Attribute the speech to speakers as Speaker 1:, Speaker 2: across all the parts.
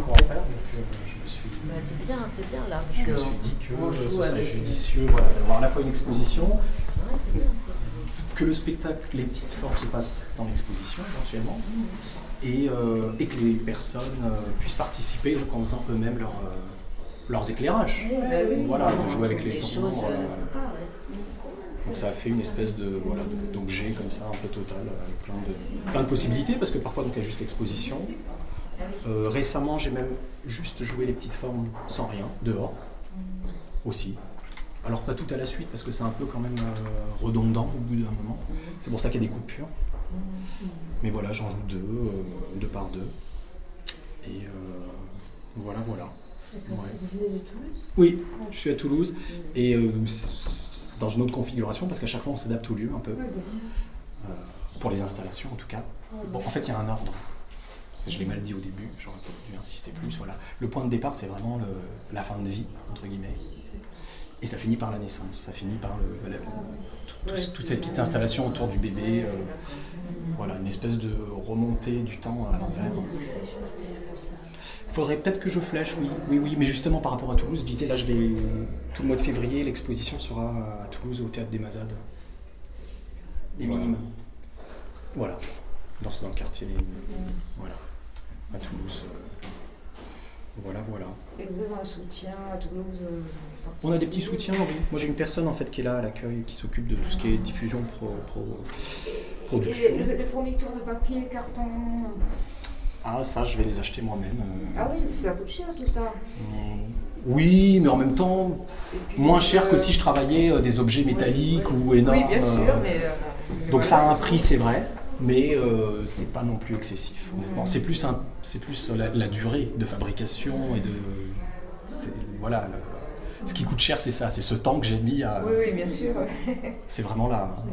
Speaker 1: euh,
Speaker 2: bien, Bah, c'est bien là.
Speaker 1: Je me
Speaker 2: parce que-
Speaker 1: suis dit que
Speaker 2: on
Speaker 1: euh,
Speaker 2: joue
Speaker 1: ce serait
Speaker 2: avec-
Speaker 1: judicieux voilà, d'avoir à la fois une exposition,
Speaker 2: Ouais, c'est bien, ça.
Speaker 1: que le spectacle, les petites formes se passent dans l'exposition éventuellement, et, euh, et que les personnes euh, puissent participer donc, en faisant eux-mêmes leurs, euh, leurs éclairages.
Speaker 2: Ben oui,
Speaker 1: Voilà,
Speaker 2: on
Speaker 1: de jouer avec
Speaker 2: trouve
Speaker 1: les
Speaker 2: des
Speaker 1: sons,
Speaker 2: choses,
Speaker 1: euh,
Speaker 2: euh, sympas, ouais.
Speaker 1: Donc ça a fait une espèce de voilà de- d'objet comme ça un peu total, euh, avec plein de, plein de possibilités, parce que parfois donc, il y a juste l'exposition. Euh, récemment, j'ai même juste joué les petites formes sans rien, dehors, aussi. Alors pas tout à la suite, parce que c'est un peu quand même euh, redondant au bout d'un moment. C'est pour ça qu'il y a des coupures. Mais voilà, j'en joue deux, euh, deux par deux. Et euh, voilà, voilà. Ouais.
Speaker 3: Vous venez de Toulouse
Speaker 1: Oui, je suis à Toulouse et euh, c'est- c'est dans une autre configuration parce qu'à chaque fois on s'adapte au lieu un peu,
Speaker 3: Oui, bien sûr.
Speaker 1: euh, pour les installations en tout cas. Bon, en fait il y a un ordre. C'est- Je l'ai mal dit au début, j'aurais peut-être dû insister plus. Voilà. Le point de départ c'est vraiment le- la fin de vie, entre guillemets. Et ça finit par la naissance, ça finit par le-
Speaker 3: Ah
Speaker 1: la- tout- tout- toutes ces petites installations autour du bébé. euh, voilà, une espèce de remontée du temps à l'envers. Faudrait peut-être que je flèche, oui, oui, oui, mais justement par rapport à Toulouse, je disais là, je vais tout le mois de février, l'exposition sera à Toulouse au théâtre des Mazades.
Speaker 4: Les
Speaker 1: Voilà.
Speaker 4: minimes.
Speaker 1: Voilà, dans, dans le quartier des Minimes. Voilà, à Toulouse. euh, Voilà, voilà.
Speaker 3: Et vous avez un soutien à Toulouse euh,
Speaker 1: On a des petits soutiens, oui. Moi j'ai une personne en fait qui est là à l'accueil, qui s'occupe de tout ce qui est diffusion, pro, pro-
Speaker 3: Et
Speaker 1: production.
Speaker 3: les, les fournitures de papier, carton.
Speaker 1: Ah ça, je vais les acheter moi-même. euh.
Speaker 3: Ah oui, mais ça coûte cher tout ça.
Speaker 1: Mm, Oui, mais en même temps,
Speaker 3: Et puis,
Speaker 1: moins cher que
Speaker 3: euh,
Speaker 1: si je travaillais euh, des objets métalliques ou énormes.
Speaker 3: Oui, bien sûr,
Speaker 1: euh,
Speaker 3: mais. euh,
Speaker 1: Donc ça a un
Speaker 3: voilà.
Speaker 1: prix, c'est vrai, mais euh, c'est pas non plus excessif, honnêtement.
Speaker 3: Mhm.
Speaker 1: C'est plus, un- c'est plus la, la durée de fabrication et de. c'est- Voilà. le- ce qui coûte cher, c'est ça, c'est ce temps que j'ai mis à.
Speaker 3: Oui, oui, bien sûr.
Speaker 1: C'est vraiment là. hein.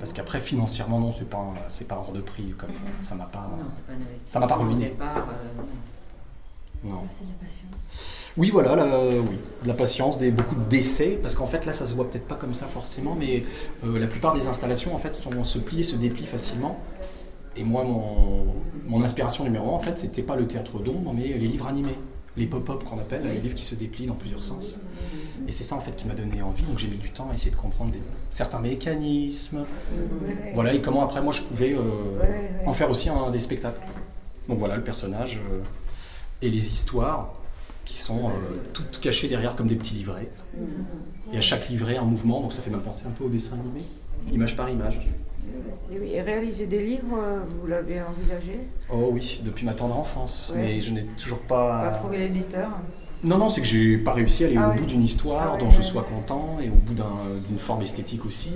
Speaker 1: Parce qu'après, financièrement, non, c'est pas, un- c'est pas hors de prix. Comme, ça m'a pas.
Speaker 2: Non, c'est pas un investissement
Speaker 1: Ça m'a pas ruiné.
Speaker 2: au départ, euh, non.
Speaker 1: Non. Oui, voilà, la, oui, de la patience, des, beaucoup d'essais, parce qu'en fait là, ça se voit peut-être pas comme ça forcément, mais euh, la plupart des installations en fait sont, se plient et se déplient facilement. Et moi, mon, mon inspiration numéro un, en fait, c'était pas le théâtre d'ombre, mais les livres animés, les pop-up qu'on appelle, les livres qui se déplient dans plusieurs sens. Et c'est ça en fait qui m'a donné envie, donc j'ai mis du temps à essayer de comprendre des- certains mécanismes, voilà, et comment après moi je pouvais euh,
Speaker 3: ouais.
Speaker 1: en faire aussi un des spectacles. Donc voilà le personnage euh, et les histoires qui sont euh, toutes cachées derrière comme des petits livrets.
Speaker 3: Mhm.
Speaker 1: Et à chaque livret un mouvement, donc ça fait même penser un peu au dessin animé, image par image.
Speaker 3: Et oui, et réaliser des livres, euh, vous l'avez envisagé
Speaker 1: Oh oui, depuis ma tendre enfance,
Speaker 3: Ouais.
Speaker 1: mais je n'ai toujours pas.
Speaker 3: Pas trouver l'éditeur
Speaker 1: Non, non, c'est que j'ai pas réussi à aller
Speaker 3: Ah
Speaker 1: au
Speaker 3: ouais.
Speaker 1: bout d'une histoire
Speaker 3: Ah ouais,
Speaker 1: dont je
Speaker 3: ouais.
Speaker 1: sois content et au bout d'un- d'une forme esthétique aussi.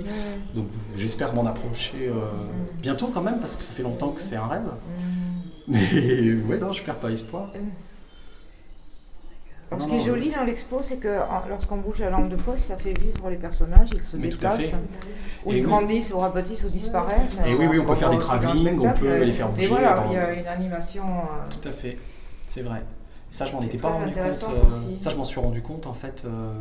Speaker 1: Donc j'espère m'en approcher euh, bientôt quand même parce que ça fait longtemps que c'est un rêve.
Speaker 3: Hum.
Speaker 1: Mais ouais, non, je perds pas espoir.
Speaker 3: Alors,
Speaker 1: Ah, Non,
Speaker 3: ce qui est
Speaker 1: non,
Speaker 3: joli dans l'expo, c'est que en- lorsqu'on bouge la lampe de poche, ça fait vivre les personnages, ils se
Speaker 1: Mais tout à
Speaker 3: déplacent.
Speaker 1: fait.
Speaker 3: Ou
Speaker 1: Et
Speaker 3: ils
Speaker 1: oui.
Speaker 3: grandissent, ou rapetissent, ou disparaissent.
Speaker 1: Et oui, oui, on peut faire des
Speaker 3: se voit aussi dans le
Speaker 1: travelling, on
Speaker 3: spectacle.
Speaker 1: peut les faire
Speaker 3: Et
Speaker 1: bouger
Speaker 3: voilà,
Speaker 1: dans-
Speaker 3: il y a une animation. euh,
Speaker 1: Tout à fait, c'est vrai. Et ça, je m'en étais
Speaker 3: Très
Speaker 1: pas rendu compte.
Speaker 3: intéressante
Speaker 1: euh,
Speaker 3: aussi.
Speaker 1: ça, je m'en suis rendu compte en fait, euh,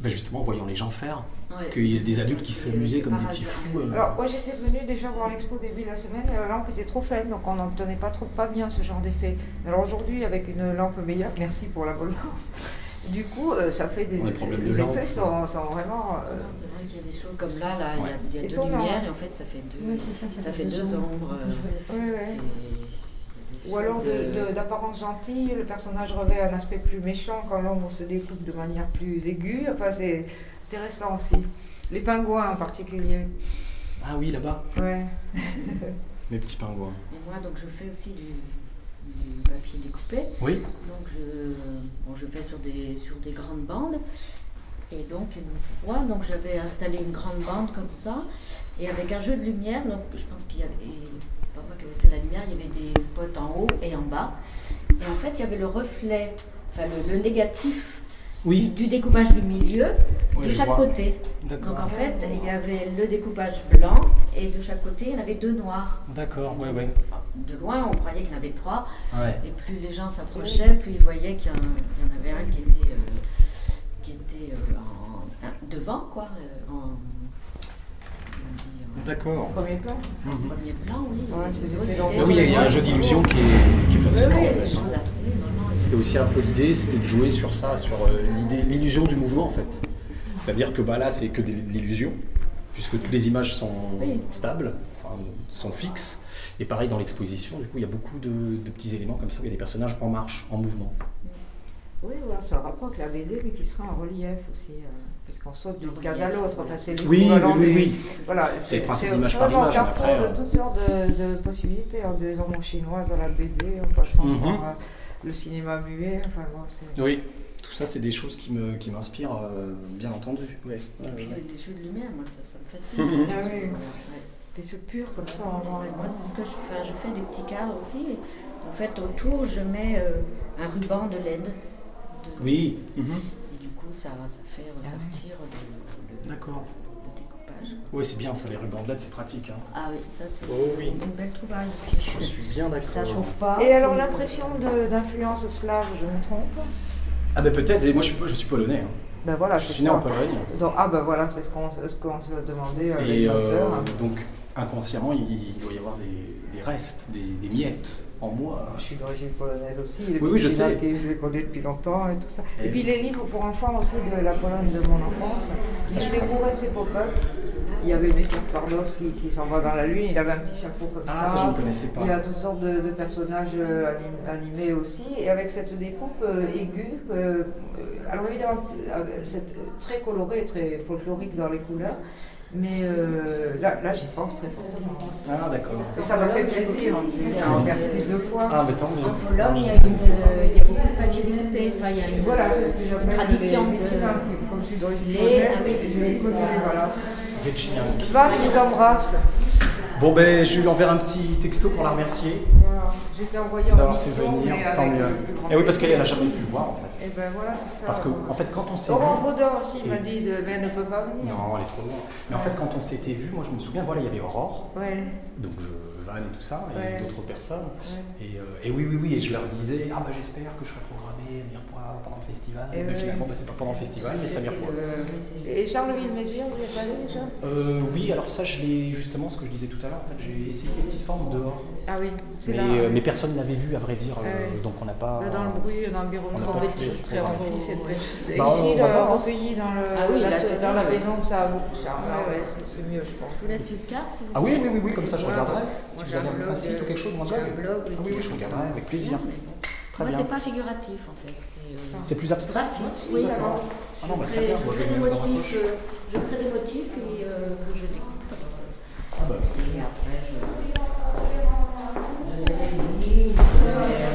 Speaker 1: ben, justement, en voyant les gens faire,
Speaker 2: Ouais.
Speaker 1: qu'il y a des adultes qui s'amusaient
Speaker 2: C'est
Speaker 1: comme des
Speaker 2: par
Speaker 1: petits
Speaker 2: hasard.
Speaker 1: fous. euh.
Speaker 3: Alors, moi j'étais venue déjà voir l'expo début de la semaine, et la lampe était trop faible, donc on n'obtenait pas trop pas bien ce genre d'effet. Alors aujourd'hui, avec une lampe meilleure, merci pour la bonne lampe, du coup, euh, ça fait des,
Speaker 1: Ouais, problème
Speaker 3: des
Speaker 1: de lampe.
Speaker 3: effets sont, sont vraiment. euh,
Speaker 2: Non, C'est vrai qu'il y a des choses comme là, là, il y a- il y a,
Speaker 3: Ouais.
Speaker 2: deux
Speaker 3: Étonnant,
Speaker 2: lumières
Speaker 3: hein.
Speaker 2: et en fait ça fait deux,
Speaker 5: Oui, c'est ça, ça fait deux
Speaker 2: deux
Speaker 5: ombres.
Speaker 2: ombres. euh,
Speaker 3: Ouais, ouais.
Speaker 2: c'est-
Speaker 3: Ou alors de-
Speaker 2: c'est des choses, euh,
Speaker 3: de- d'apparence gentille, le personnage revêt un aspect plus méchant quand l'ombre se découpe de manière plus aiguë. Enfin, c'est intéressant aussi. Les pingouins en particulier.
Speaker 1: Ah oui, là-bas,
Speaker 3: Ouais.
Speaker 1: mes petits pingouins.
Speaker 2: euh, Et moi donc je fais aussi du, du papier découpé.
Speaker 1: Oui,
Speaker 2: Donc je, bon, je fais sur des, sur des grandes bandes. Et donc une fois, donc j'avais installé une grande bande comme ça, et avec un jeu de lumière, donc je pense qu'il y avait, c'est pas moi qui avais fait la lumière, il y avait des spots en haut et en bas. Et en fait, il y avait le reflet, enfin le, le négatif
Speaker 1: oui,
Speaker 2: du découpage du milieu
Speaker 1: Oui,
Speaker 2: de
Speaker 1: je
Speaker 2: chaque
Speaker 1: vois.
Speaker 2: côté.
Speaker 1: d'accord.
Speaker 2: Donc en fait, il y avait le découpage blanc et de chaque côté, il y en avait deux noirs.
Speaker 1: D'accord, ouais, ouais.
Speaker 2: De loin, on croyait qu'il y en avait trois.
Speaker 1: ouais.
Speaker 2: Et plus les gens s'approchaient, plus ils voyaient qu'il y, en- il y en avait un qui était, euh, qui était euh, en- un- devant, quoi. euh, en, on dit,
Speaker 1: D'accord. Ben
Speaker 3: Premier plan.
Speaker 2: en premier plan, oui.
Speaker 3: Mhm. Ouais, c'est
Speaker 2: Les
Speaker 3: des
Speaker 2: autres
Speaker 3: effets
Speaker 2: étaient
Speaker 3: d'ombre.
Speaker 1: Ah oui, il y a- il y a un jeu d'illusion qui est, qui est
Speaker 2: Ouais,
Speaker 1: fascinant.
Speaker 2: ouais, il y
Speaker 1: en
Speaker 2: a des
Speaker 1: fait. hein.
Speaker 2: choses à trouver, vraiment.
Speaker 1: C'était aussi un peu l'idée, c'était de jouer sur ça, sur euh, l'idée, l'illusion du mouvement en fait. C'est-à-dire que bah, là, c'est que de l'illusion, puisque toutes les images sont
Speaker 2: Oui.
Speaker 1: stables, enfin, sont fixes. Et pareil dans l'exposition, du coup, il y a beaucoup de, de petits éléments comme ça où il y a des personnages en marche, en mouvement.
Speaker 3: Oui, voilà, ça rapport avec la BD, mais qui sera en relief aussi, euh, puisqu'on saute d'une
Speaker 2: Le
Speaker 3: case à
Speaker 2: relief.
Speaker 3: l'autre. Enfin, c'est
Speaker 1: Oui,
Speaker 3: l'équivalent
Speaker 1: oui, oui,
Speaker 3: du-
Speaker 1: oui.
Speaker 3: Voilà,
Speaker 1: C'est le principe
Speaker 3: c'est
Speaker 1: d'image par
Speaker 3: vraiment
Speaker 1: image,
Speaker 3: un
Speaker 1: mais
Speaker 3: carrefour
Speaker 1: après,
Speaker 3: de
Speaker 1: euh,
Speaker 3: toutes sortes de, de possibilités, en des en chinoise à la BD, en passant
Speaker 1: Mhm.
Speaker 3: par euh, le cinéma muet. Enfin, bon, c'est.
Speaker 1: Oui. Tout ça, c'est des choses qui me- qui m'inspirent, euh, bien entendu. Ouais.
Speaker 2: Et puis
Speaker 1: Ouais, ouais.
Speaker 2: les, les jeux de lumière, moi, ça, ça me fascine. ça.
Speaker 3: Ah oui.
Speaker 2: Ouais.
Speaker 3: Des choses pures comme ça,
Speaker 2: Moi,
Speaker 3: en noir et blanc.
Speaker 2: c'est ce que je fais. Je fais des petits cadres aussi. Et En fait, autour, je mets euh, un ruban de LED. De-
Speaker 1: Oui. Mhm.
Speaker 2: Et du coup, ça, ça fait
Speaker 3: Ah
Speaker 2: ressortir le, le-
Speaker 1: D'accord.
Speaker 2: le découpage. quoi.
Speaker 1: Oui, c'est bien ça, les rubans de LED, c'est pratique. hein.
Speaker 2: Ah oui, ça, c'est
Speaker 1: Oh oui.
Speaker 2: une belle trouvaille. Puis,
Speaker 1: Je suis bien d'accord.
Speaker 2: Ça chauffe pas.
Speaker 3: Et alors
Speaker 2: c'est-
Speaker 3: l'impression de- d'influence slave, je me trompe
Speaker 1: Ah ben peut-être, et moi je suis, je suis polonais. hein.
Speaker 3: Ben voilà,
Speaker 1: Je
Speaker 3: c'est
Speaker 1: suis né
Speaker 3: ça.
Speaker 1: en Pologne.
Speaker 3: Donc, ah ben voilà, c'est ce qu'on ce qu'on se demandait euh, avec
Speaker 1: Et
Speaker 3: ma
Speaker 1: euh,
Speaker 3: sœur.
Speaker 1: donc inconsciemment, il, il doit y avoir des, des restes, des, des miettes en moi.
Speaker 3: Je suis d'origine polonaise aussi. les
Speaker 1: Oui, oui, je
Speaker 3: petits-là
Speaker 1: sais.
Speaker 3: que je les connais depuis longtemps et tout ça. Et,
Speaker 1: Et-
Speaker 3: puis les livres pour enfants aussi de la Pologne de mon enfance. Si je découvrais ces pop il y avait Messire Pardos qui, qui s'en va dans la lune, il avait un petit chapeau comme
Speaker 1: Ah, ça, je ne connaissais pas.
Speaker 3: Il y a toutes sortes de, de personnages euh, anim- animés aussi, et avec cette découpe euh, aiguë, que- euh, alors évidemment, euh, c'est très coloré, très folklorique dans les couleurs, mais euh, là, là j'y pense très fortement.
Speaker 1: Ah d'accord.
Speaker 3: Et ça m'a fait plaisir, en plus, à remercier deux fois.
Speaker 1: Ah mais tant mieux.
Speaker 2: En Pologne, il y a, une, euh, il y a beaucoup de papier découpé. Enfin, il y a
Speaker 3: Et
Speaker 2: une,
Speaker 3: Voilà, c'est ce que
Speaker 2: une
Speaker 3: j'appelle
Speaker 2: tradition.
Speaker 3: les
Speaker 2: de-
Speaker 3: victimes, hein, qui- comme je suis d'origine
Speaker 2: Les-
Speaker 3: polonaise,
Speaker 2: ah oui,
Speaker 3: je les
Speaker 2: les-
Speaker 3: connais, voilà.
Speaker 1: Vietchiniank.
Speaker 3: Va nous embrasse.
Speaker 1: Bon ben je lui enverrai un petit texto pour la remercier.
Speaker 3: Voilà. J'étais envoyée
Speaker 1: Nous
Speaker 3: en
Speaker 1: avoir fait
Speaker 3: mission,
Speaker 1: venir,
Speaker 3: mais
Speaker 1: tant
Speaker 3: avec
Speaker 1: mieux.
Speaker 3: le plus grand
Speaker 1: Et oui parce qu'elle elle a
Speaker 3: plaisir.
Speaker 1: jamais pu le voir en fait.
Speaker 3: Eh ben voilà, c'est ça.
Speaker 1: Parce que en fait quand on s'est
Speaker 3: Laurent
Speaker 1: vu.
Speaker 3: Baudin aussi m'a dit de, ben, elle ne peut pas venir.
Speaker 1: Non, elle est trop loin. Mais en fait quand on s'était vu, moi je me souviens, voilà, il y avait Aurore,
Speaker 3: Ouais.
Speaker 1: donc euh, Van et tout ça, et
Speaker 3: Ouais.
Speaker 1: d'autres personnes.
Speaker 3: Ouais.
Speaker 1: Et, euh, et oui, oui, oui, et je leur disais, ah bah j'espère que je serai programmé à Mirepoix pendant le festival.
Speaker 3: Et
Speaker 1: mais
Speaker 3: ouais.
Speaker 1: finalement, bah, c'est pas pendant le festival, mais c'est à
Speaker 3: C'est euh,
Speaker 1: Mirepoix.
Speaker 3: le- Et Charleville Mésure, vous y êtes allé déjà
Speaker 1: Euh, oui, alors ça, je l'ai justement ce que je disais tout à l'heure. En fait, j'ai essayé des petites formes dehors,
Speaker 3: Ah oui, c'est
Speaker 1: mais,
Speaker 3: là.
Speaker 1: euh, mais personne n'avait vu, à vrai dire. euh,
Speaker 3: Ouais.
Speaker 1: donc on n'a pas.
Speaker 3: Dans le bruit, dans le bureau
Speaker 1: On
Speaker 3: de
Speaker 1: a
Speaker 3: travail,
Speaker 1: pas pu
Speaker 3: c'est très
Speaker 1: trouver.
Speaker 3: rempli, c'est vrai. Et
Speaker 1: Bah,
Speaker 3: ici,
Speaker 1: on va
Speaker 3: le
Speaker 1: voir.
Speaker 3: recueilli dans, le,
Speaker 2: Ah oui,
Speaker 3: la,
Speaker 2: là, c'est
Speaker 3: dans la
Speaker 2: mieux.
Speaker 3: pénombre, ça a beaucoup ça. Ouais, ouais, c'est- c'est mieux, je
Speaker 2: Je
Speaker 3: pense.
Speaker 2: vous laisse une carte, s'il vous
Speaker 1: Ah oui,
Speaker 2: plaît.
Speaker 1: oui, oui, oui, comme ça, je
Speaker 3: Voilà.
Speaker 1: regarderai. Si
Speaker 3: Moi,
Speaker 1: vous
Speaker 3: j'ai
Speaker 1: avez
Speaker 3: un
Speaker 1: un,
Speaker 3: blog,
Speaker 1: site ou quelque chose, moi,
Speaker 2: J'ai un blog.
Speaker 1: Ah oui, oui, je regarderai avec plaisir.
Speaker 2: Mais bon.
Speaker 1: Très
Speaker 2: Moi,
Speaker 1: bien.
Speaker 2: c'est pas figuratif, en fait. C'est, euh,
Speaker 1: C'est plus abstrait.
Speaker 2: graphique, oui.
Speaker 1: D'accord. Ah non, bah,
Speaker 2: je,
Speaker 1: très
Speaker 2: crée,
Speaker 1: bien.
Speaker 2: je
Speaker 1: Moi, je
Speaker 2: crée
Speaker 1: vais
Speaker 2: des
Speaker 1: le mettre dans ma
Speaker 2: motifs,
Speaker 1: poche.
Speaker 2: euh, je crée des motifs et euh, que je découpe.
Speaker 1: Ah bah,
Speaker 2: Et après, je. je les réunis, je-